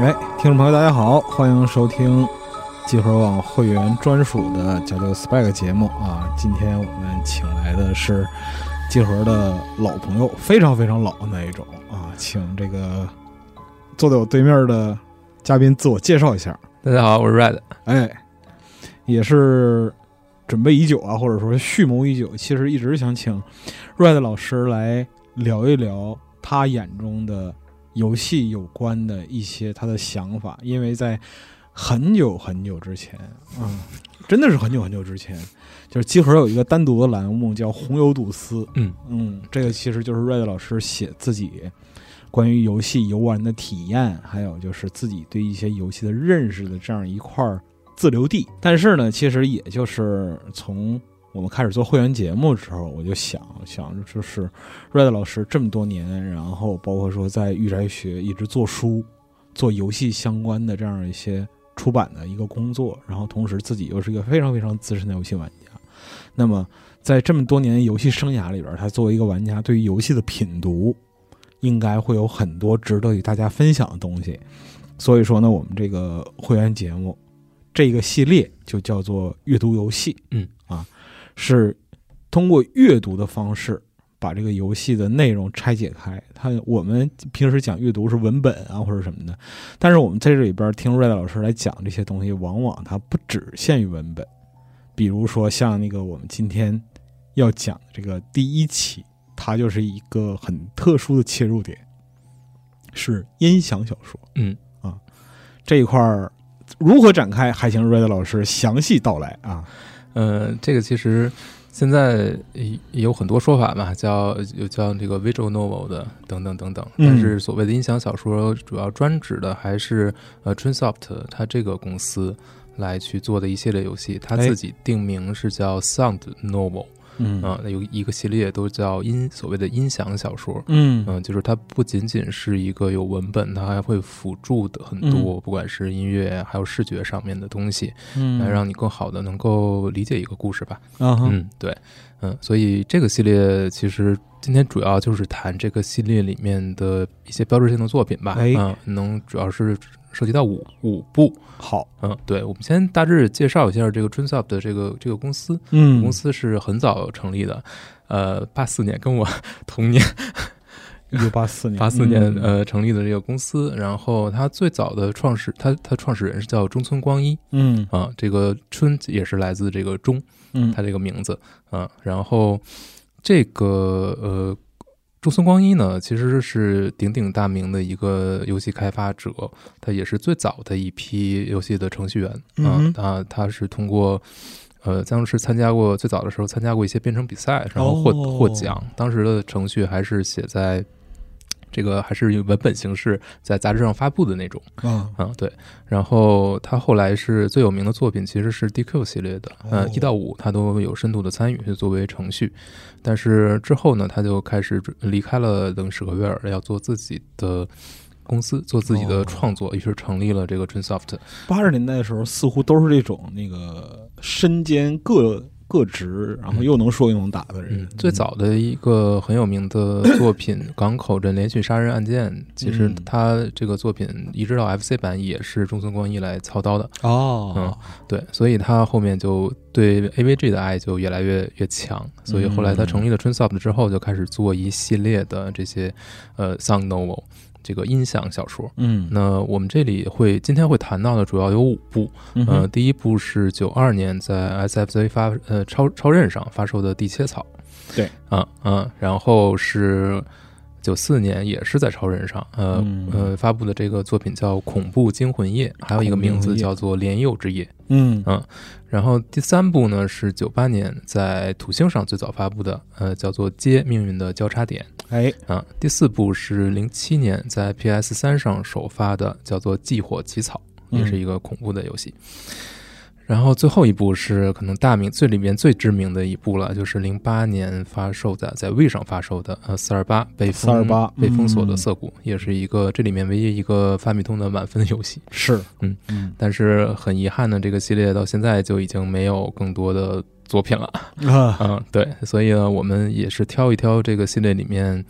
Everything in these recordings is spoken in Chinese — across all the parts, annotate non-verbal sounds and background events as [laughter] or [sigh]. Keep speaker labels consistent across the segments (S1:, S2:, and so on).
S1: 哎，听众朋友，大家好，欢迎收听集合网会员专属的《讲究 Spec》节目啊！今天我们请来的是集合的老朋友，非常非常老的那一种啊，请这个坐在我对面的嘉宾自我介绍一下。
S2: 大家好，我是 Red。
S1: 哎，也是准备已久啊，或者说蓄谋已久，其实一直想请 Red 老师来聊一聊他眼中的游戏有关的一些他的想法，因为在很久很久之前，嗯，真的是很久很久之前，就是集合有一个单独的栏目叫《红油赌司》，
S2: 嗯
S1: 嗯，这个其实就是 Red 老师写自己关于游戏游玩的体验，还有就是自己对一些游戏的认识的这样一块儿自留地。但是呢，其实也就是从我们开始做会员节目之后，我就想想，就是 Red 老师这么多年，然后包括说在育宅学一直做书、做游戏相关的这样一些出版的一个工作，然后同时自己又是一个非常非常资深的游戏玩家，那么。在这么多年的游戏生涯里边，他作为一个玩家，对于游戏的品读，应该会有很多值得与大家分享的东西。所以说呢，我们这个会员节目这个系列就叫做“阅读游戏”。
S2: 嗯，
S1: 啊，是通过阅读的方式把这个游戏的内容拆解开。它我们平时讲阅读是文本啊或者什么的，但是我们在这里边听瑞老师来讲这些东西，往往它不只限于文本。比如说像那个我们今天要讲的这个第一期，它就是一个很特殊的切入点，是音响小说。
S2: 嗯
S1: 啊，这一块儿如何展开，还请瑞德老师详细道来啊。
S2: 呃，这个其实现在有很多说法嘛，叫有叫这个 visual novel 的等等等等，
S1: 嗯
S2: 但是所谓的音响小说，主要专指的还是呃 Trinsoft 它这个公司来去做的一系列游戏，它
S1: 哎
S2: 自己定名是叫 Sound Novel，
S1: 嗯
S2: 啊、有一个系列都叫音所谓的音响小说，
S1: 嗯
S2: 嗯，就是它不仅仅是一个有文本，它还会辅助的很多，不管是音乐啊还有视觉上面的东西，
S1: 嗯
S2: 来让你更好的能够理解一个故事吧。
S1: 啊哈
S2: 嗯，对，嗯，所以这个系列其实今天主要就是谈这个系列里面的一些标志性的作品吧。
S1: 哎
S2: 嗯，能主要是涉及到五五部。
S1: 好
S2: 嗯，对，我们先大致介绍一下这个 Trinsoft 的这个这个公司。
S1: 嗯
S2: 公司是很早成立的，呃，八四年，跟我 [laughs] 同年。
S1: 一九八四年
S2: 八四年
S1: 嗯
S2: 呃成立的这个公司，然后它最早的创始，它它创始人是叫中村光一
S1: 嗯
S2: 啊，这个春也是来自这个中，
S1: 嗯
S2: 它这个名字啊，然后这个呃中村光一呢，其实是鼎鼎大名的一个游戏开发者，他也是最早的一批游戏的程序员啊
S1: 嗯哼，
S2: 他他是通过。呃，当时参加过最早的时候参加过一些编程比赛，然后获、
S1: 哦
S2: 获奖。当时的程序还是写在这个还是以文本形式在杂志上发布的那种
S1: 啊
S2: 啊，对。然后他后来是最有名的作品其实是 DQ 系列的，
S1: 哦
S2: 呃，一到五他都有深度的参与，就作为程序。但是之后呢，他就开始离开了等史克威尔，要做自己的公司，做自己
S1: 哦
S2: 的创作，于是成立了这个嗯 Trinsoft。
S1: 八十年代的时候，似乎都是这种那个身兼各各职，然后又能说又能打的人
S2: 嗯。，最早的一个很有名的作品《港口镇连续杀人案件》，其实
S1: 嗯
S2: 他这个作品移植到 FC 版也是中村光一来操刀的。
S1: 哦，
S2: 对，所以他后面就对 AVG 的爱就越来越越强，所以后来他
S1: 嗯
S2: 成立了 Trinsoft 之后，就开始做一系列的这些呃 sound novel 这个音响小说。
S1: 嗯
S2: 那我们这里会今天会谈到的主要有五部，
S1: 嗯
S2: 呃，
S1: 哼
S2: 第一部是九二年在 SFC 发呃超超任上发售的《地切草》，
S1: 对，
S2: 啊啊，然后是九四年也是在超任上，呃、
S1: 嗯
S2: 呃发布的这个作品叫《恐怖惊魂夜》，还有一个
S1: 恐怖惊
S2: 名
S1: 魂
S2: 字
S1: 夜
S2: 叫做《莲佑之夜》。
S1: 嗯
S2: 然后第三部呢是九八年在土星上最早发布的，呃，叫做《街命运的交叉点
S1: 哎》
S2: 啊。第四部是零七年在 PS 三上首发的，叫做《祭火起草》，
S1: 嗯
S2: 也是一个恐怖的游戏。然后最后一部是可能大名最里面最知名的一部了，就是零八年发售的，在 V 上发售的呃四二八被封
S1: 428
S2: 被封锁的
S1: 嗯
S2: 涩谷，也是一个这里面唯一一个发米通的满分游戏。
S1: 是
S2: 嗯
S1: 嗯
S2: 但是很遗憾呢，这个系列到现在就已经没有更多的作品
S1: [laughs]
S2: 了。
S1: 啊
S2: 嗯，对，所以呢，我们也是挑一挑这个系列里面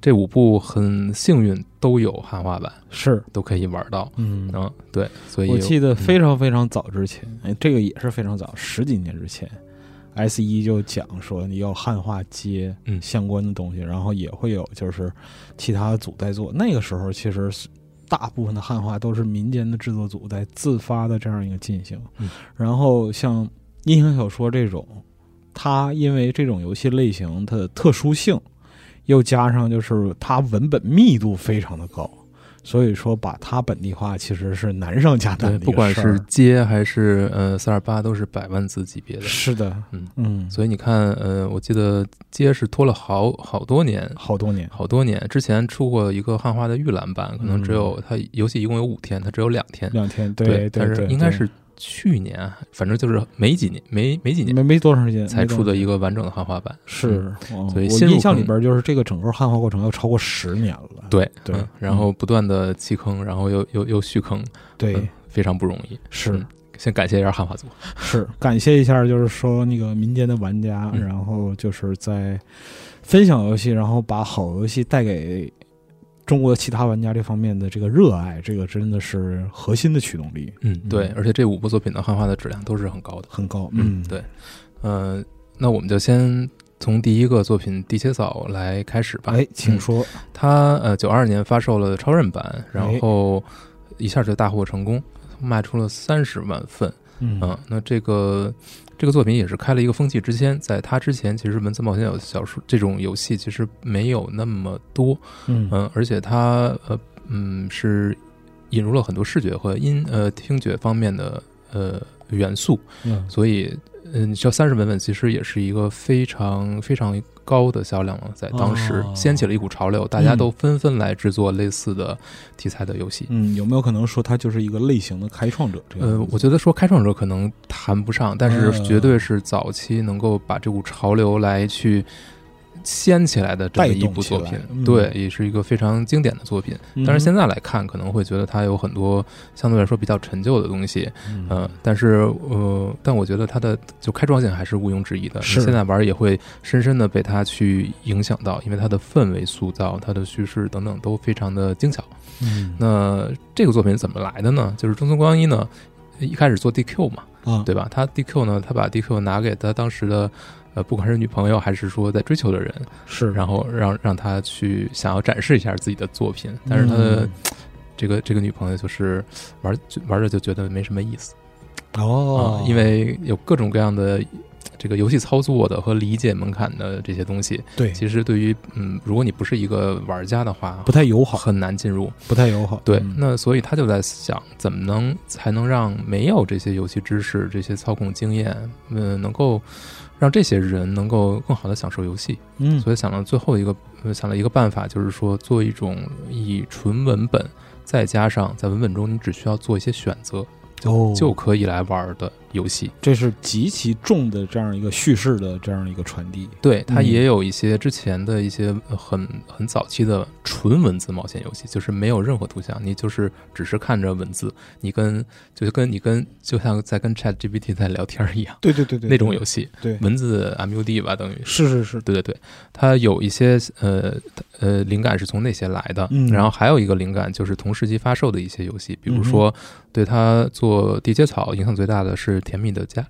S2: 这五部很幸运都有汉化版，
S1: 是，
S2: 都可以玩到。
S1: 嗯
S2: 嗯，对，所以
S1: 我记得非
S2: 嗯
S1: 常非常早之前，哎，这个也是非常早，十几年之前，S 一就讲说你要汉化街
S2: 嗯
S1: 相关的东西，然后也会有就是其他组在做。那个时候其实是大部分的汉化都是民间的制作组在自发的这样一个进行，
S2: 嗯
S1: 然后像音响小说这种，它因为这种游戏类型它的特殊性，又加上就是它文本密度非常的高。所以说，把它本地化其实是难上加难
S2: 对，
S1: 的一个
S2: 不管
S1: 事
S2: 是
S1: 儿
S2: 街还是呃四二八，都是百万字级别的。
S1: 是的，
S2: 嗯
S1: 嗯，
S2: 所以你看，呃，我记得街是拖了好好多年，
S1: 好多年，
S2: 好多年之前出过一个汉化的预览版，可能只有、
S1: 嗯
S2: 它游戏一共有五天，它只有两天。
S1: 两天，对
S2: 对，但
S1: 对，
S2: 是应该是去年，反正就是没几年，没没几
S1: 对
S2: 年
S1: 没没多长时间
S2: 才出的一
S1: 个。
S2: 个完整的汉化版。嗯，
S1: 是，哦我
S2: 所以先入
S1: 印象里
S2: 坑
S1: 边就是这个整个汉化过程要超过十年了。
S2: 对
S1: 对
S2: 嗯然后不断的弃坑，然后又又又续坑，
S1: 对
S2: 嗯，非常不容易。
S1: 是
S2: 嗯先感谢一下汉化组，
S1: 是，感谢一下，就是说那个民间的玩家，
S2: 嗯
S1: 然后就是在分享游戏，然后把好游戏带给中国其他玩家这方面的这个热爱，这个真的是核心的驱动力
S2: 嗯，对
S1: 嗯，
S2: 而且这五部作品的汉化的质量都是很高的。
S1: 很高。
S2: 嗯
S1: 嗯，，
S2: 对，呃，那我们就先从第一个作品《地切嫂》来开始吧。
S1: 哎，请说，
S2: 它呃九二年发售了超任版，
S1: 哎
S2: 然后一下就大获成功，卖出了三十万份。
S1: 嗯
S2: 嗯，那这个这个作品也是开了一个风气之先，在它之前，其实文字冒险小小说这种游戏其实没有那么多。
S1: 嗯
S2: 嗯，而且它呃嗯是引入了很多视觉和音呃听觉方面的呃元素。
S1: 嗯
S2: 所以，嗯，你知道三十文本其实也是一个非常非常高的销量了，在当时
S1: 哦
S2: 掀起了一股潮流，大家都纷纷来制作类似的题材的游戏。
S1: 嗯，有没有可能说他就是一个类型的开创者？这样
S2: 呃，我觉得说开创者可能谈不上，但是
S1: 嗯
S2: 绝对是早期能够把这股潮流来去掀起来的这么一部作
S1: 带
S2: 品
S1: 动起来嗯，嗯
S2: 对，也是一个非常经典的作品。
S1: 得
S2: 但是现在来看，可能会觉得它有很多相对来说比较陈旧的东西，
S1: 嗯
S2: 呃，但是呃，但我觉得它的就开创性还是毋庸置疑的。
S1: 是
S2: 你现在玩儿也会深深的被它去影响到，因为它的氛围塑造、它的叙事等等都非常的精巧。
S1: 嗯
S2: 那这个作品怎么来的呢？就是中村光一呢，一开始做 DQ 嘛，
S1: 啊
S2: 对吧？他 DQ 呢，他把 DQ 拿给他当时的呃，不管是女朋友还是说在追求的人，
S1: 是，
S2: 然后让让他去想要展示一下自己的作品，但是他的
S1: 嗯
S2: 这个、这个女朋友就是玩儿就玩着就觉得没什么意思。啊
S1: 哦，，
S2: 因为有各种各样的这个游戏操作的和理解门槛的这些东西，
S1: 对
S2: 其实对于嗯，如果你不是一个玩家的话，
S1: 不太友好，
S2: 很难进入。
S1: 不太友好。
S2: 对，
S1: 嗯
S2: 那所以他就在想，怎么能才能让没有这些游戏知识、这些操控经验，嗯，能够让这些人能够更好的享受游戏。
S1: 嗯，
S2: 所以想到最后一个，呃想了一个办法，就是说做一种以纯文本，再加上在文本中你只需要做一些选择，就、
S1: 哦
S2: 就可以来玩儿的游戏。
S1: 这是极其重的这样一个叙事的这样一个传递。
S2: 对，它
S1: 嗯
S2: 也有一些之前的一些呃很很早期的纯文字冒险游戏，就是没有任何图像，你就是只是看着文字，你跟就是跟你跟就像在跟 Chat GPT 在聊天儿一样
S1: 对对对对，
S2: 那种游戏，
S1: 对，
S2: 文字 MUD 吧，等于是。
S1: 是是是，
S2: 对对对，它有一些呃呃灵感是从那些来的，
S1: 嗯
S2: 然后还有一个灵感就是同时期发售的一些游戏，比
S1: 嗯
S2: 如
S1: 哼
S2: 说对它做地接草影响最大的是《甜蜜的家》，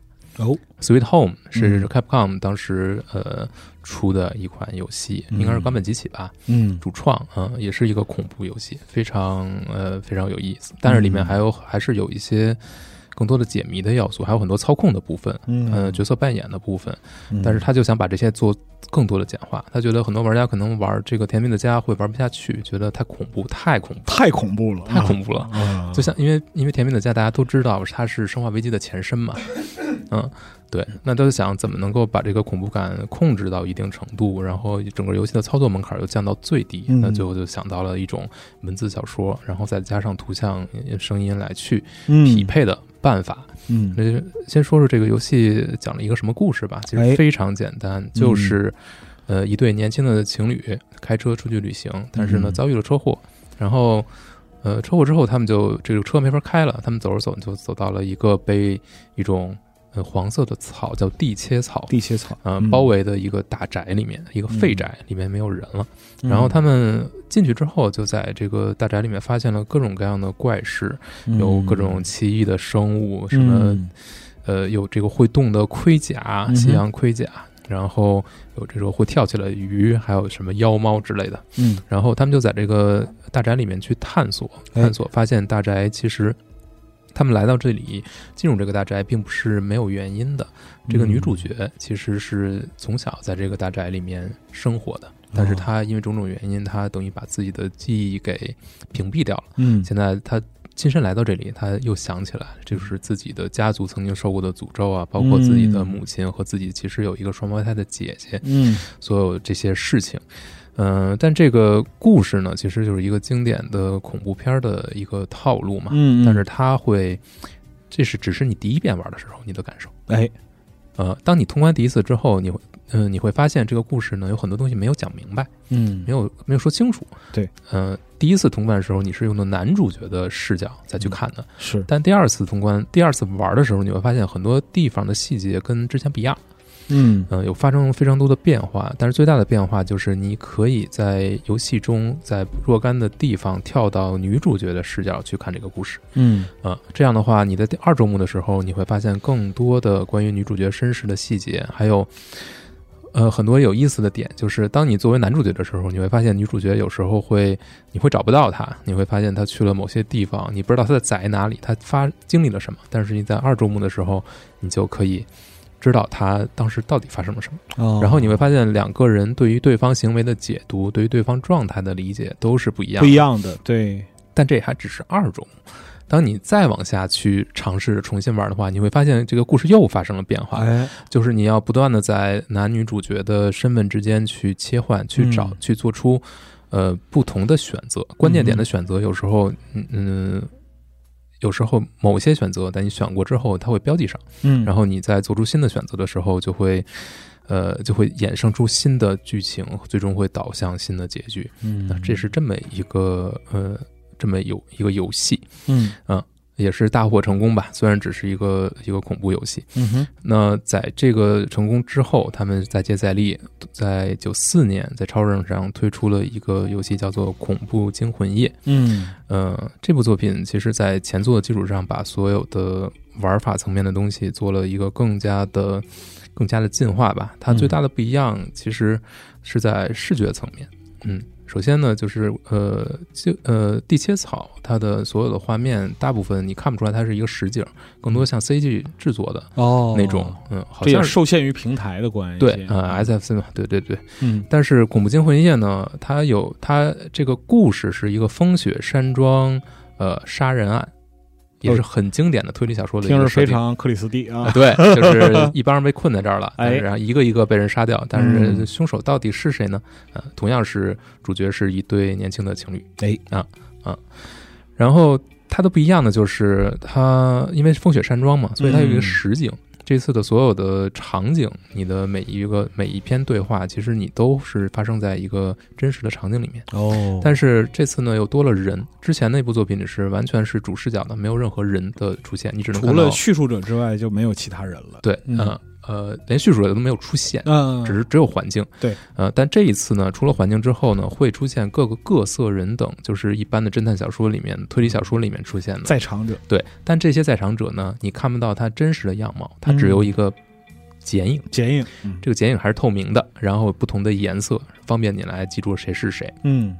S1: 哦，
S2: Sweet Home 是
S1: 嗯
S2: Capcom 当时呃出的一款游戏，
S1: 嗯
S2: 应该是冈本吉起吧
S1: 嗯，
S2: 主创，嗯、也是一个恐怖游戏，非常呃非常有意思，但是里面还有还是有一些更多的解谜的要素，还有很多操控的部分，
S1: 嗯
S2: 呃角色扮演的部分，
S1: 嗯
S2: 但是他就想把这些做更多的简化，他觉得很多玩家可能玩这个《甜蜜的家》会玩不下去，觉得太恐怖，太恐怖，
S1: 太恐怖了，
S2: 太恐怖了。
S1: 啊，
S2: 就像因为因为《甜蜜的家》，大家都知道它是《生化危机》的前身嘛，嗯，对，那都想怎么能够把这个恐怖感控制到一定程度，然后整个游戏的操作门槛又降到最低，
S1: 嗯
S2: 那最后就想到了一种文字小说，然后再加上图像、声音来去匹
S1: 匹，
S2: 配的办法。
S1: 嗯
S2: 那就先说说这个游戏讲了一个什么故事吧，其
S1: 哎嗯
S2: 实非常简单，就是呃一对年轻的情侣开车出去旅行，但是呢
S1: 嗯
S2: 遭遇了车祸，然后呃车祸之后他们就这个车没法开了，他们走着走着就走到了一个被一种呃黄色的草，叫地切草，
S1: 地切草
S2: 啊、
S1: 嗯
S2: 包围的一个大宅里面，一个废宅里面没有人了。
S1: 嗯
S2: 然后他们进去之后，就在这个大宅里面发现了各种各样的怪事，有各种奇异的生物，什么
S1: 嗯
S2: 呃有这个会动的盔甲
S1: 嗯，哼
S2: 西洋盔甲，然后有这种会跳起来的鱼，还有什么妖猫之类的。
S1: 嗯
S2: 然后他们就在这个大宅里面去探索，
S1: 哎
S2: 探索发现大宅其实他们来到这里进入这个大宅并不是没有原因的。这
S1: 嗯
S2: 个女主角其实是从小在这个大宅里面生活的，
S1: 哦
S2: 但是她因为种种原因，她等于把自己的记忆给屏蔽掉了。
S1: 嗯
S2: 现在她亲身来到这里，她又想起来，就是自己的家族曾经受过的诅咒啊，包括自己的母亲和自己其实有一个双胞胎的姐姐，
S1: 嗯
S2: 所有这些事情。嗯、但这个故事呢，其实就是一个经典的恐怖片儿的一个套路嘛。
S1: 嗯，
S2: 但是它会，这是只是你第一遍玩的时候你的感受。
S1: 哎
S2: 呃，当你通关第一次之后，你会，嗯、你会发现这个故事呢有很多东西没有讲明白，
S1: 嗯
S2: 没有没有说清楚。
S1: 对，
S2: 呃，第一次通关的时候你是用的男主角的视角再去看的，
S1: 是
S2: 但第二次通关、第二次玩的时候，你会发现很多地方的细节跟之前不一样。
S1: 嗯
S2: 嗯、有发生非常多的变化，但是最大的变化就是你可以在游戏中在若干的地方跳到女主角的视角去看这个故事。
S1: 嗯
S2: 啊、这样的话，你在第二周目的时候，你会发现更多的关于女主角身世的细节，还有。呃，很多有意思的点就是，当你作为男主角的时候，你会发现女主角有时候会，你会找不到她，你会发现她去了某些地方，你不知道她的宅哪里，她发经历了什么。但是你在二周目的时候，你就可以知道她当时到底发生了什么。
S1: 哦，
S2: 然后你会发现，两个人对于对方行为的解读，对于对方状态的理解都是不一样
S1: 不
S2: 的。
S1: 一样的对，
S2: 但这还只是二种。当你再往下去尝试重新玩的话，你会发现这个故事又发生了变化，
S1: 哎
S2: 就是你要不断的在男女主角的身份之间去切换、去找
S1: 嗯、
S2: 去做出呃不同的选择，关键点的
S1: 嗯
S2: 选择。有时候，嗯嗯，有时候某些选择，但你选过之后，它会标记上，
S1: 嗯，
S2: 然后你在做出新的选择的时候，就会呃就会衍生出新的剧情，最终会导向新的结局。
S1: 嗯
S2: 那这是这么一个呃，这么有一个游戏，
S1: 嗯
S2: 也是大获成功吧。虽然只是一个一个恐怖游戏，
S1: 嗯哼
S2: 那在这个成功之后，他们再接再厉，在九四年在超任上推出了一个游戏，叫做《恐怖惊魂夜》。
S1: 嗯
S2: 呃，这部作品其实在前作的基础上，把所有的玩法层面的东西做了一个更加的、更加的进化吧。它
S1: 嗯
S2: 最大的不一样，其实是在视觉层面。嗯，首先呢，就是呃，就呃，地切草它的所有的画面，大部分你看不出来它是一个实景，更多像 CG 制作的
S1: 哦
S2: 那种。嗯，好
S1: 这也
S2: 像是
S1: 受限于平台的关系，啊
S2: 对，呃，SFC 嘛，对对对。
S1: 嗯
S2: 但是《恐怖惊魂夜》呢，它有它这个故事是一个风雪山庄呃杀人案，也是很经典的推理小说的一
S1: 呃听着
S2: 个设
S1: 非
S2: 定。
S1: 常克里斯蒂啊
S2: 啊，，
S1: [laughs]
S2: [laughs] 对，就是一帮人被困在这儿了，
S1: 哎
S2: 但是然后一个一个被人杀掉，但是
S1: 嗯
S2: 凶手到底是谁呢？呃，同样是主角是一对年轻的情侣，
S1: 哎
S2: 啊啊，然后它的不一样的就是它因为是风雪山庄嘛，所以它有一个
S1: 嗯
S2: 实景。这次的所有的场景，你的每一个每一篇对话，其实你都是发生在一个真实的场景里面。
S1: 哦，
S2: 但
S1: 是
S2: 是这次呢，又多了人。之前那部作品里是完全是主视角的，没有任何人的出现，你只能
S1: 除
S2: 看到
S1: 了叙述者之外就没有其他人了，
S2: 对，
S1: 嗯
S2: 呃呃，连叙述者都没有出现，
S1: 嗯，
S2: 只是只有环境。
S1: 对，
S2: 呃，但这一次呢，除了环境之后呢，会出现各个各色人等，就是一般的侦探小说里面、推理小说里面出现的。
S1: 在场者，
S2: 对，但这些在场者呢，你看不到他真实的样貌，他只有
S1: 嗯
S2: 一个剪影，
S1: 剪影，嗯
S2: 这个剪影还是透明的，然后有不同的颜色，方便你来记住谁是谁。
S1: 嗯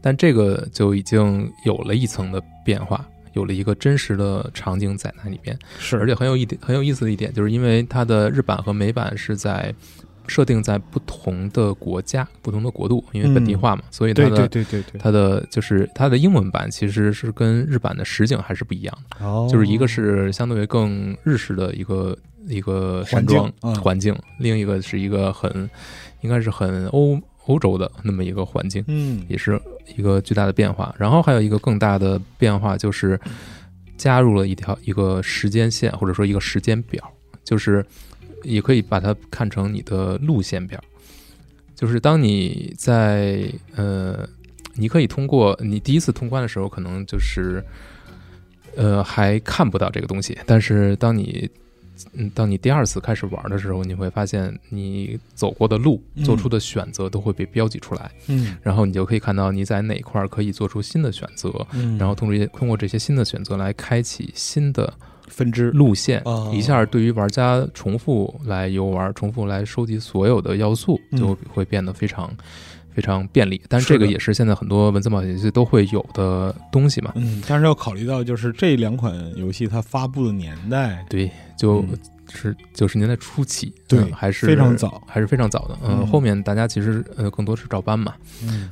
S2: 但这个就已经有了一层的变化，有了一个真实的场景在那里边。
S1: 是，
S2: 而且很有一点很有意思的一点，就是因为它的日版和美版是在设定在不同的国家、不同的国度，因为本地化嘛，所以它
S1: 嗯对
S2: 的
S1: 对对对对，
S2: 它的就是它的英文版其实是跟日版的实景还是不一样的，
S1: 哦
S2: 就是一个是相对于更日式的一个一个山庄
S1: 环境嗯
S2: 另一个是一个很应该是很欧欧洲的那么一个环境。
S1: 嗯
S2: 也是一个巨大的变化。然后还有一个更大的变化就是加入了一条一个时间线，或者说一个时间表，就是也可以把它看成你的路线表。就是当你在呃，你可以通过你第一次通关的时候，可能就是呃还看不到这个东西，但是当你嗯，当你第二次开始玩的时候，你会发现你走过的路、做出的选择都会被标记出来，
S1: 嗯
S2: 然后你就可以看到你在哪块儿可以做出新的选择，
S1: 嗯
S2: 然后通过这些通过这些新的选择来开启新的
S1: 分支
S2: 路线
S1: 哦，
S2: 嗯一下对于玩家重复来游玩、重复来收集所有的要素，
S1: 嗯
S2: 就会变得非常非常便利。但
S1: 是
S2: 这个
S1: 的
S2: 也是现在很多文字冒险游戏都会有的东西嘛。
S1: 嗯，但是要考虑到就是这两款游戏它发布的年代，
S2: 对，就
S1: 嗯
S2: 是九十年代初期，
S1: 对
S2: 嗯还是
S1: 非常早，
S2: 还是非常早的。嗯，
S1: 嗯
S2: 后面大家其实呃更多是照搬嘛。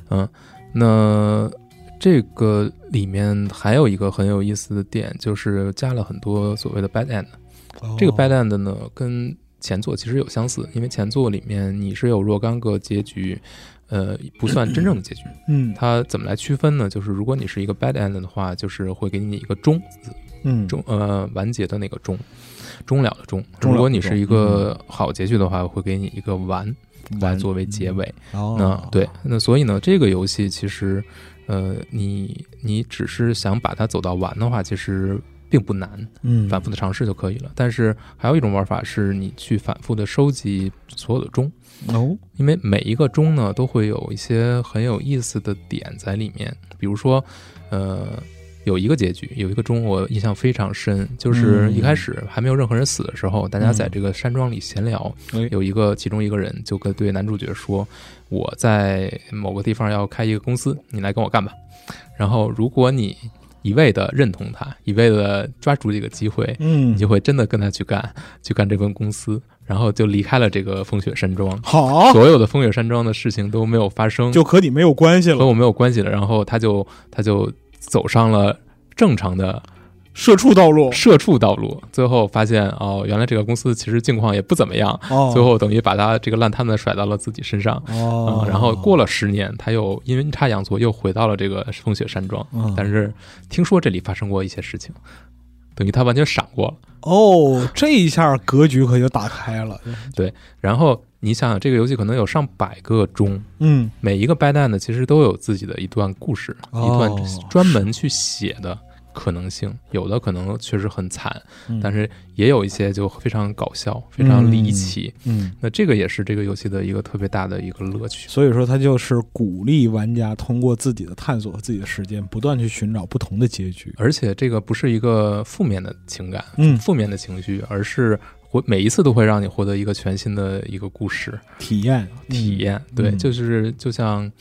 S1: 嗯
S2: 那这个里面还有一个很有意思的点，就是加了很多所谓的 bad end。这
S1: 哦
S2: 个 bad end 呢，跟前作其实有相似，因为前作里面你是有若干个结局，呃，不算真正的结局。
S1: 嗯
S2: 它怎么来区分呢？就是如果你是一个 bad end 的话，就是会给你一个终
S1: 嗯
S2: 终呃完结的那个终，终了的
S1: 终
S2: 终。
S1: 了的终
S2: 如果你是一个好结局的话，会给你一个完来作为结尾。那
S1: 哦
S2: 啊对，那所以呢，这个游戏其实，呃，你你只是想把它走到完的话，其实并不难。
S1: 嗯
S2: 反复的尝试就可以了。但是还有一种玩法是你去反复的收集所有的钟，
S1: 哦
S2: 因为每一个钟呢都会有一些很有意思的点在里面。比如说，呃，有一个结局，有一个钟我印象非常深，就是
S1: 嗯
S2: 一开始还没有任何人死的时候，大家
S1: 嗯
S2: 在这个山庄里闲聊，
S1: 哎
S2: 有一个其中一个人就跟对男主角说：“我在某个地方要开一个公司，你来跟我干吧。”然后如果你一味的认同他，一味的抓住这个机会，
S1: 嗯
S2: 你就会真的跟他去干，去干这份公司，然后就离开了这个风雪山庄。
S1: 好
S2: [laughs] 所有的风雪山庄的事情都没有发生，
S1: 就和你没有关系
S2: 和
S1: 了，
S2: 我没有关系了。然后他就他就走上了正常的
S1: 社畜道路
S2: 社畜道路。最后发现哦，原来这个公司其实境况也不怎么样。
S1: 哦
S2: 最后等于把他这个烂摊子甩到了自己身上。
S1: 哦
S2: 啊、，然后过了十年，他又因为阴差阳错又回到了这个风雪山庄，
S1: 嗯
S2: 但是听说这里发生过一些事情，等于他完全闪过了。
S1: 哦，这一下格局可就打开了，
S2: 然后你想想，这个游戏可能有上百个钟，
S1: 嗯
S2: 每一个 bad end 其实都有自己的一段故事，
S1: 哦
S2: 一段专门去写的可能性。有的可能确实很惨，
S1: 嗯
S2: 但是也有一些就非常搞笑、非常离奇。
S1: 嗯。
S2: 那这个也是这个游戏的一个特别大的一个乐趣。
S1: 所以说，它就是鼓励玩家通过自己的探索和自己的实践，不断去寻找不同的结局。
S2: 而且这个不是一个负面的情感、
S1: 嗯，
S2: 负面的情绪，而是会每一次都会让你获得一个全新的一个故事。
S1: 体验
S2: 体验。对，
S1: 嗯
S2: 就是就像，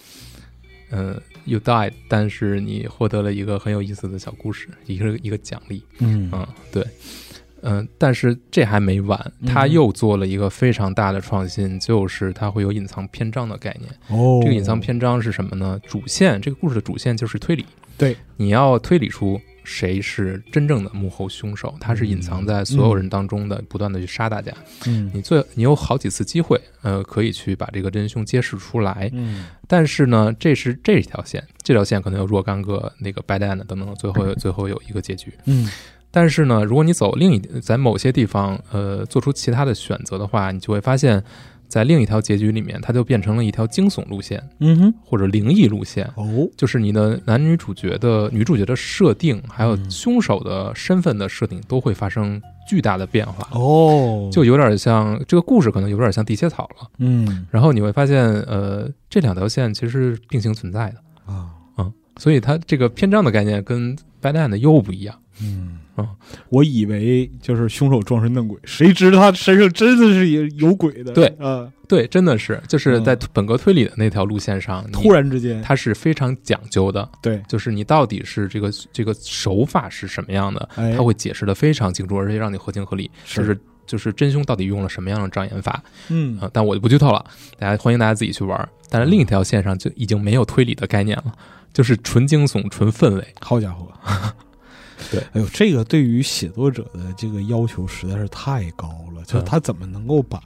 S2: 呃，you died，但是你获得了一个很有意思的小故事，一个一个奖励。
S1: 嗯
S2: 嗯，对。嗯、但是这还没完，
S1: 嗯
S2: 他又做了一个非常大的创新，就是它会有隐藏篇章的概念。
S1: 哦，
S2: 这个隐藏篇章是什么呢？主线，这个故事的主线就是推理。
S1: 对，
S2: 你要推理出谁是真正的幕后凶手，他是隐藏在所有人当中的，不断的去杀大家。
S1: 嗯
S2: 你最你有好几次机会，呃，可以去把这个真凶揭示出来。
S1: 嗯
S2: 但是呢，这是这条线，这条线可能有若干个那个 bad end 等等，最
S1: [laughs]
S2: 后最后有一个结局。
S1: 嗯
S2: 但是呢，如果你走另一在某些地方，呃，做出其他的选择的话，你就会发现，在另一条结局里面，它就变成了一条惊悚路线
S1: 嗯哼，
S2: 或者灵异路线。
S1: 哦，
S2: 就是你的男女主角的女主角的设定，还有
S1: 嗯
S2: 凶手的身份的设定，都会发生巨大的变化。
S1: 哦，
S2: 就有点像这个故事，可能有点像地切草了。
S1: 嗯
S2: 然后你会发现，呃，这两条线其实是并行存在的，
S1: 啊
S2: 所以它这个篇章的概念跟 bad end 又不一样。
S1: 嗯
S2: 啊
S1: 我以为就是凶手装神弄鬼，谁知道他身上真的是有有鬼的。
S2: 对
S1: 啊，
S2: 对，真的是，就是在
S1: 嗯
S2: 本格推理的那条路线上，你
S1: 突然之间，
S2: 它是非常讲究的，
S1: 对，
S2: 就是你到底是这个这个手法是什么样的，
S1: 哎，
S2: 它会解释的非常清楚，而且让你合情合理。就是是就是真凶到底用了什么样的障眼法
S1: 嗯
S2: 啊、但我就不剧透了，大家欢迎大家自己去玩儿。但是另一
S1: 嗯
S2: 条线上就已经没有推理的概念了，就是纯惊悚、纯氛围。！
S1: 好家伙
S2: [laughs] 对，
S1: 哎呦，这个对于写作者的这个要求实在是太高了，
S2: 嗯
S1: 就是他怎么能够把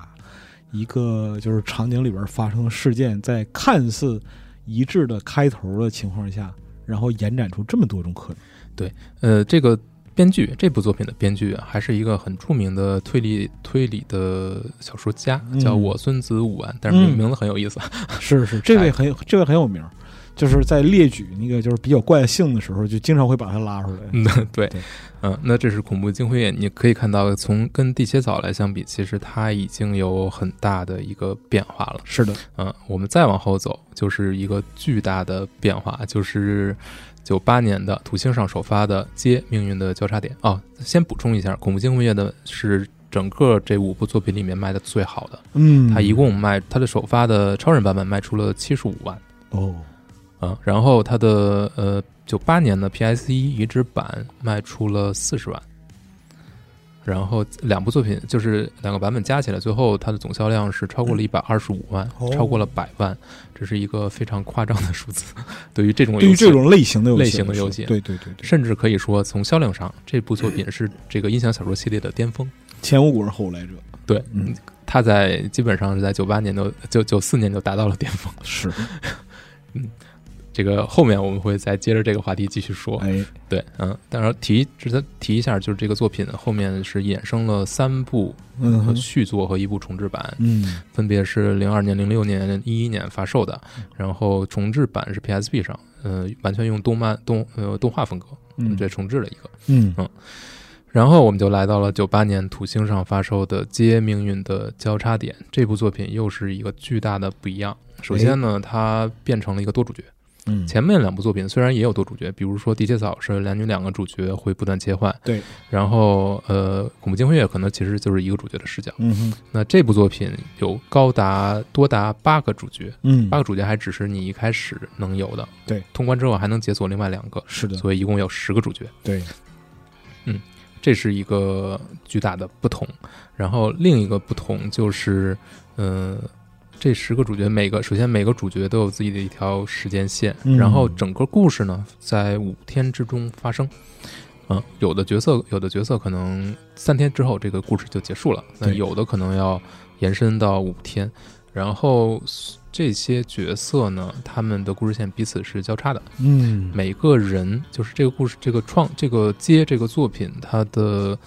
S1: 一个就是场景里边发生的事件，在看似一致的开头的情况下，然后延展出这么多种可能？
S2: 呃，这个编剧这部作品的编剧啊还是一个很著名的推理推理的小说家，
S1: 嗯
S2: 叫我孙子武安，但是名
S1: 嗯
S2: 名字很有意思。
S1: 是是，这位很有这位很有名儿，就是在列举那个就是比较怪性的时候，就经常会把它拉出来。
S2: [laughs] 嗯，对
S1: 对，
S2: 嗯，那这是恐怖惊魂夜。你可以看到，从跟地切草来相比，其实它已经有很大的一个变化了。
S1: 是的，
S2: 嗯，我们再往后走，就是一个巨大的变化，就是九八年的土星上首发的《街命运的交叉点》啊、先补充一下，《恐怖惊魂夜》的是整个这五部作品里面卖的最好的，
S1: 嗯，
S2: 它一共卖它的首发的超人版本卖出了七十五万
S1: 哦，
S2: 啊、然后它的呃九八年的 PS 一移植版卖出了四十万。然后两部作品就是两个版本加起来，最后它的总销量是超过了一百二十五万，
S1: 嗯哦
S2: 超过了百万，这是一个非常夸张的数字。对于这种游戏
S1: 对于这种类型的游戏来
S2: 类
S1: 说，
S2: 型的游戏
S1: 对对对对，
S2: 甚至可以说，从销量上，这部作品是这个音响小说系列的巅峰。
S1: 前无古人后无来者，
S2: 对，
S1: 嗯，
S2: 它在基本上是在九八年的九九四年就达到了巅峰。
S1: 是，
S2: 这个后面我们会再接着这个话题继续说。
S1: 哎，
S2: 对，嗯，当然提值得提一下，就是这个作品后面是衍生了三部
S1: 嗯
S2: 和
S1: 哼
S2: 续作和一部重制版，
S1: 嗯，
S2: 分别是零二年、零六年、一一年发售的，然后重制版是 PSP 上，呃，完全用动漫动呃动画风格，
S1: 嗯
S2: 这重制了一个。
S1: 嗯
S2: 然后我们就来到了九八年土星上发售的《接命运的交叉点》这部作品，又是一个巨大的不一样。首先呢，它变成了一个多主角。
S1: 嗯，
S2: 前面两部作品虽然也有多主角，比如说《地切草》是男女两个主角会不断切换，
S1: 对。
S2: 然后呃，《恐怖惊魂夜》可能其实就是一个主角的视角。
S1: 嗯哼
S2: 那这部作品有高达多达八个主角，
S1: 嗯
S2: 八，个主角还只是你一开始能有的，
S1: 对，
S2: 通关之后还能解锁另外两个，
S1: 是的，
S2: 所以一共有十个主角。
S1: 对，
S2: 这是一个巨大的不同。然后另一个不同就是，嗯、这十个主角每个首先每个主角都有自己的一条时间线，
S1: 嗯
S2: 然后整个故事呢在五天之中发生。嗯、有的角色有的角色可能三天之后这个故事就结束了，那
S1: 对
S2: 有的可能要延伸到五天。然后这些角色呢，他们的故事线彼此是交叉的，
S1: 嗯，
S2: 每个人就是这个故事、这个创、这个接这个作品，它的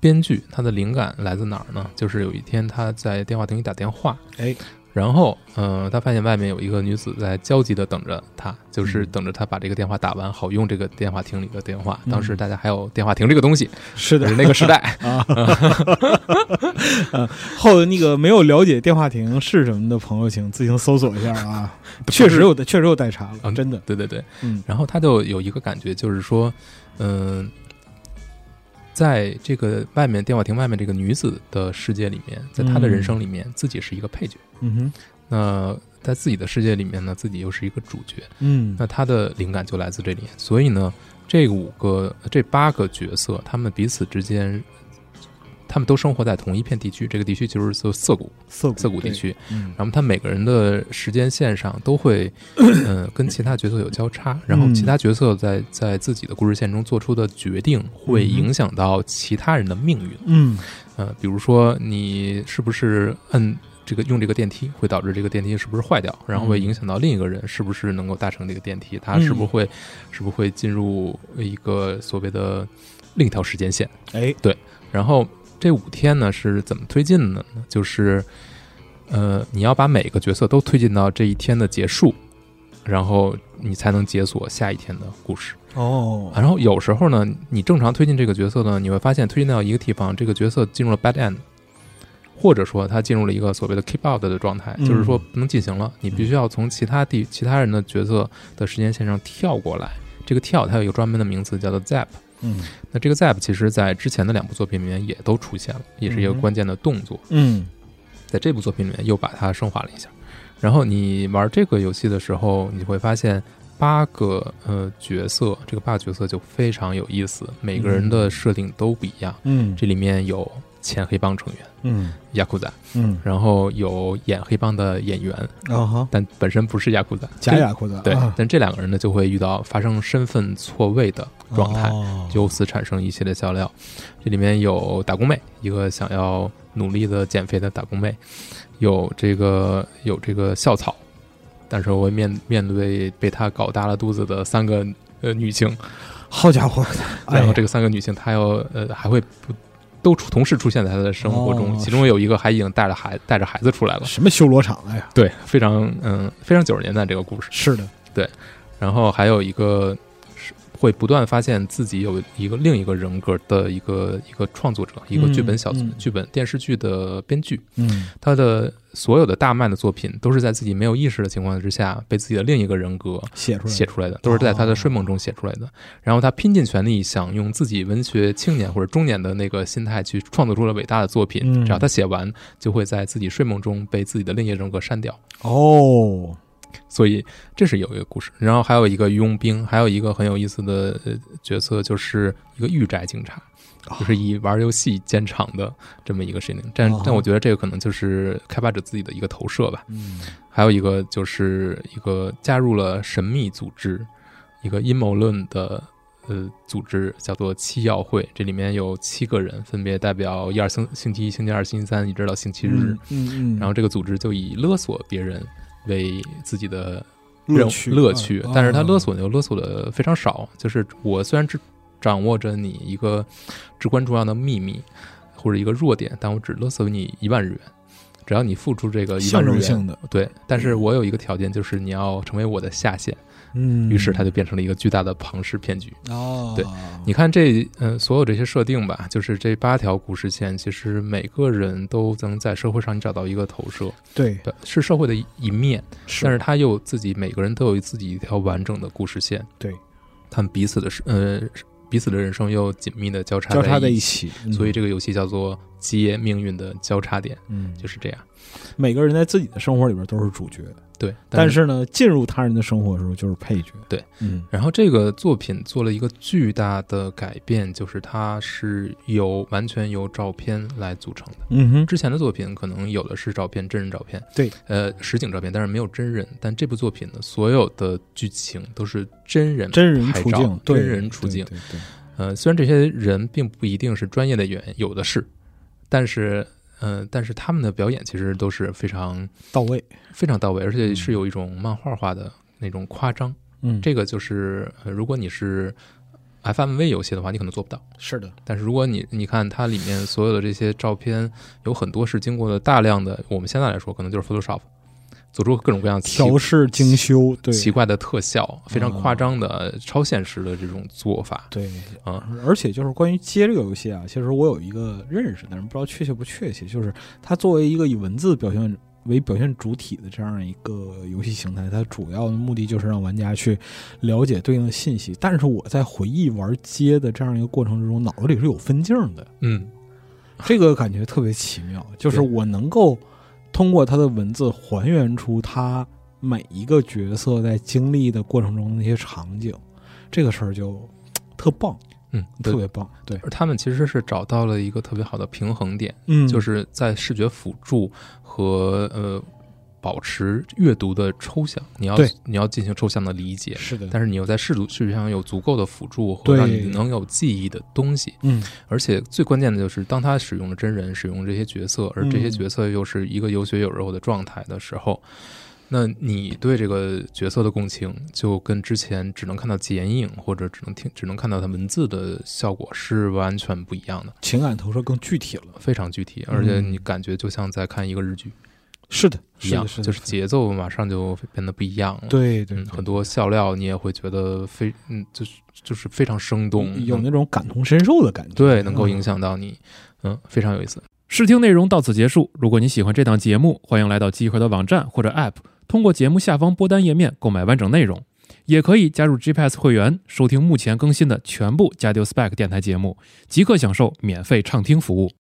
S2: 编剧、它的灵感来自哪儿呢？就是有一天他在电话亭里打电话，
S1: 哎，
S2: 然后呃，他发现外面有一个女子在焦急的等着他，就是
S1: 嗯
S2: 等着他把这个电话打完，好用这个电话亭里的电话。
S1: 嗯
S2: 当时大家还有电话亭这个东西，
S1: 是
S2: 就
S1: 的
S2: 是那个时代。 [laughs]
S1: 啊，后那个没有了解电话亭是什么的朋友，请自行搜索一下啊，确实有的，确实有代查了，
S2: 啊
S1: 真的，
S2: 对对对，
S1: 嗯
S2: 然后他就有一个感觉，就是说，嗯、在这个外面电话亭外面这个女子的世界里面，在她的人生里面，自己是一个配角。
S1: 嗯哼，
S2: 那在自己的世界里面呢，自己又是一个主角。
S1: 嗯
S2: 那她的灵感就来自这里，所以呢，这五个、这八个角色，他们彼此之间。他们都生活在同一片地区，这个地区就是涩涩谷，
S1: 涩谷
S2: 涩谷地，区。
S1: 对嗯
S2: 然后他每个人的时间线上都会， [coughs] 嗯、跟其他角色有交叉，然后
S1: 嗯
S2: 其他角色在在自己的故事线中做出的决定会影响到其他人的命运。
S1: 嗯
S2: 呃，比如说你是不是摁这个用这个电梯，会导致这个电梯是不是坏掉，然后会影响到另一个人是不是能够搭乘这个电梯，他是不是会、是不是会进入一个所谓的另一条时间线。
S1: 哎，
S2: 然后这五天呢是怎么推进的呢？就是，呃，你要把每个角色都推进到这一天的结束，然后你才能解锁下一天的故事。
S1: 哦，
S2: 然后有时候呢，你正常推进这个角色呢，你会发现推进到一个地方，这个角色进入了 bad end。或者说，他进入了一个所谓的 keep out 的状态，
S1: 嗯
S2: 就是说不能进行了，你必须要从其他地、其他人的角色的时间线上跳过来。这个跳，它有一个专门的名词，叫做 zap。
S1: 嗯
S2: 那这个 zap 其实在之前的两部作品里面也都出现了，也是一个
S1: 嗯哼
S2: 关键的动作，
S1: 嗯
S2: 在这部作品里面又把它升华了一下。然后你玩这个游戏的时候，你会发现八个呃角色，这个八个角色就非常有意思，每个人的设定都不一样。
S1: 嗯
S2: 这里面有前黑帮成员
S1: 嗯
S2: 亚库仔，
S1: 嗯，
S2: 然后有演黑帮的演员，
S1: 啊哈，
S2: 但本身不是亚库仔，
S1: 假雅库的，
S2: 对
S1: 啊，
S2: 但这两个人呢就会遇到发生身份错位的状态。
S1: 哦
S2: 由此产生一系列笑料。这里面有打工妹，一个想要努力的减肥的打工妹，有这个有这个校草，但是我会面面对被她搞大了肚子的三个呃女性，
S1: 好家伙，哎
S2: 然后
S1: 呀
S2: 这个三个女性她要呃还会不都出同时出现在她的生活中，
S1: 哦
S2: 其中有一个还已经带着孩带着孩子出来了，
S1: 什么修罗场哎呀，
S2: 对，非常嗯、非常九十年代这个故事。
S1: 是的，
S2: 然后还有一个是会不断发现自己有一个另一个人格的一个一个创作者，一个剧本小、
S1: 嗯
S2: 剧本电视剧的编剧，
S1: 嗯
S2: 他的所有的大卖的作品都是在自己没有意识的情况之下，被自己的另一个人格
S1: 写出来
S2: 写
S1: 的，
S2: 出来的，都是在他的睡梦中写出来的。然后他拼尽全力想用自己文学青年或者中年的那个心态去创作出了伟大的作品，
S1: 嗯
S2: 只要他写完，就会在自己睡梦中被自己的另一个人格删掉。
S1: 哦，
S2: 所以这是有一个故事，然后还有一个佣兵，还有一个很有意思的呃角色，就是一个御宅警察，哦就是以玩游戏见长的这么一个设定。但
S1: 哦
S2: 但我觉得这个可能就是开发者自己的一个投射吧。
S1: 嗯
S2: 还有一个就是一个加入了神秘组织，一个阴谋论的呃组织，叫做七曜会，这里面有七个人，分别代表一二星星期一、星期二、星期三，一直到星期日。
S1: 嗯嗯，
S2: 然后这个组织就以勒索别人为自己的
S1: 嗯
S2: 任
S1: 乐
S2: 务
S1: 趣
S2: 乐趣，
S1: 啊
S2: 但是他勒
S1: 啊
S2: 索呢，勒索的非常少。就是我虽然只掌握着你一个至关重要的秘密或者一个弱点，但我只勒索你一万日元，只要你付出这个一
S1: 象
S2: 万
S1: 征
S2: 日元，
S1: 性的，
S2: 对。但是我有一个条件，就是你要成为我的下线。
S1: 嗯，
S2: 于是他就变成了一个巨大的庞氏骗局。
S1: 哦，
S2: 对你看这呃所有这些设定吧，就是这八条故事线，其实每个人都能在社会上你找到一个投射。
S1: 对
S2: 对，是社会的一一面，
S1: 是
S2: 但是他又自己每个人都有自己一条完整的故事线，
S1: 对
S2: 他们彼此的是呃彼此的人生又紧密的交叉
S1: 交叉在
S2: 在
S1: 一
S2: 起，
S1: 起，嗯
S2: 所以
S1: 这
S2: 这个游戏叫做接命运的交叉点，
S1: 嗯，
S2: 就是这样。
S1: 每个人在自己的生活里边都是主角，
S2: 对，
S1: 但
S2: 是
S1: 是呢，进入他人的生活的时候就是配角，
S2: 对，
S1: 嗯
S2: 然后这个作品做了一个巨大的改变，就是它是由完全由照片来组成的。
S1: 嗯哼，
S2: 之前的作品可能有的是照片，真人照片，
S1: 对，
S2: 呃，实景照片，但是没有真人。但这部作品呢，所有的剧情都是真人
S1: 真人
S2: 拍
S1: 处
S2: 照
S1: 境，对
S2: 真人处境。
S1: 对对对
S2: 呃，虽然这些人并不一定是专业的演员，有的是，但是，呃，但是他们的表演其实都是非常
S1: 到位，
S2: 非常到位，而且
S1: 嗯
S2: 是有一种漫画化的那种夸张。
S1: 嗯，
S2: 这个就是，呃如果你是 FMV 游戏的话，你可能做不到。
S1: 是的，
S2: 但是如果你你看它里面所有的这些照片，有很多是经过了大量的，我们现在来说可能就是 Photoshop，做出各种各样奇
S1: 调试精修，对
S2: 奇怪的特效，非常
S1: 嗯
S2: 夸张的、超现实的这种做法
S1: 对。
S2: 啊、
S1: 而且就是关于接这个游戏啊，其实我有一个认识，但是不知道确切不确切。就是它作为一个以文字表现为表现主体的这样一个游戏形态，它主要的目的就是让玩家去了解对应的信息。但是我在回忆玩街的这样一个过程之中，脑子里是有分镜
S2: [laughs]
S1: 的，
S2: 嗯，
S1: 这个感觉特别奇妙。就是
S2: 对
S1: 我能够通过它的文字还原出他每一个角色在经历的过程中的那些场景，这个事儿就特棒，
S2: 嗯，
S1: 特
S2: 对。
S1: 别棒。对，
S2: 而他们其实是找到了一个特别好的平衡点，
S1: 嗯
S2: 就是在视觉辅助和呃保持阅读的抽象，你要
S1: 对
S2: 你要进行抽象的理解，
S1: 是的，
S2: 但是你又在视读视觉上有足够的辅助和
S1: 对
S2: 让你能有记忆的东西。
S1: 嗯，
S2: 而且最关键的就是，当他使用了真人，使用这些角色，而
S1: 嗯
S2: 这些角色又是一个有血有肉的状态的时候，那你对这个角色的共情，就跟之前只能看到剪影或者只能听、只能看到他文字的效果是完全不一样的，
S1: 情感投射更具体了。
S2: 非常具体，而且你感觉就像在看一个日剧
S1: 是的，
S2: 一
S1: 嗯是
S2: 样，
S1: 的，是的，
S2: 就是节奏马上就变得不一样了。
S1: 对对
S2: 嗯，，很多笑料你也会觉得非嗯，就是就是非常生动，
S1: 有
S2: 能
S1: 那种感同身受的感觉。
S2: 对能够
S1: 嗯
S2: 影响到你，嗯，非常有意思。
S3: 试听内容到此结束。如果你喜欢这档节目，欢迎来到集合的网站或者 App，通过节目下方播单页面购买完整内容，也可以加入 GPS 会员，收听目前更新的全部《加丢 Spec》电台节目，即刻享受免费畅听服务。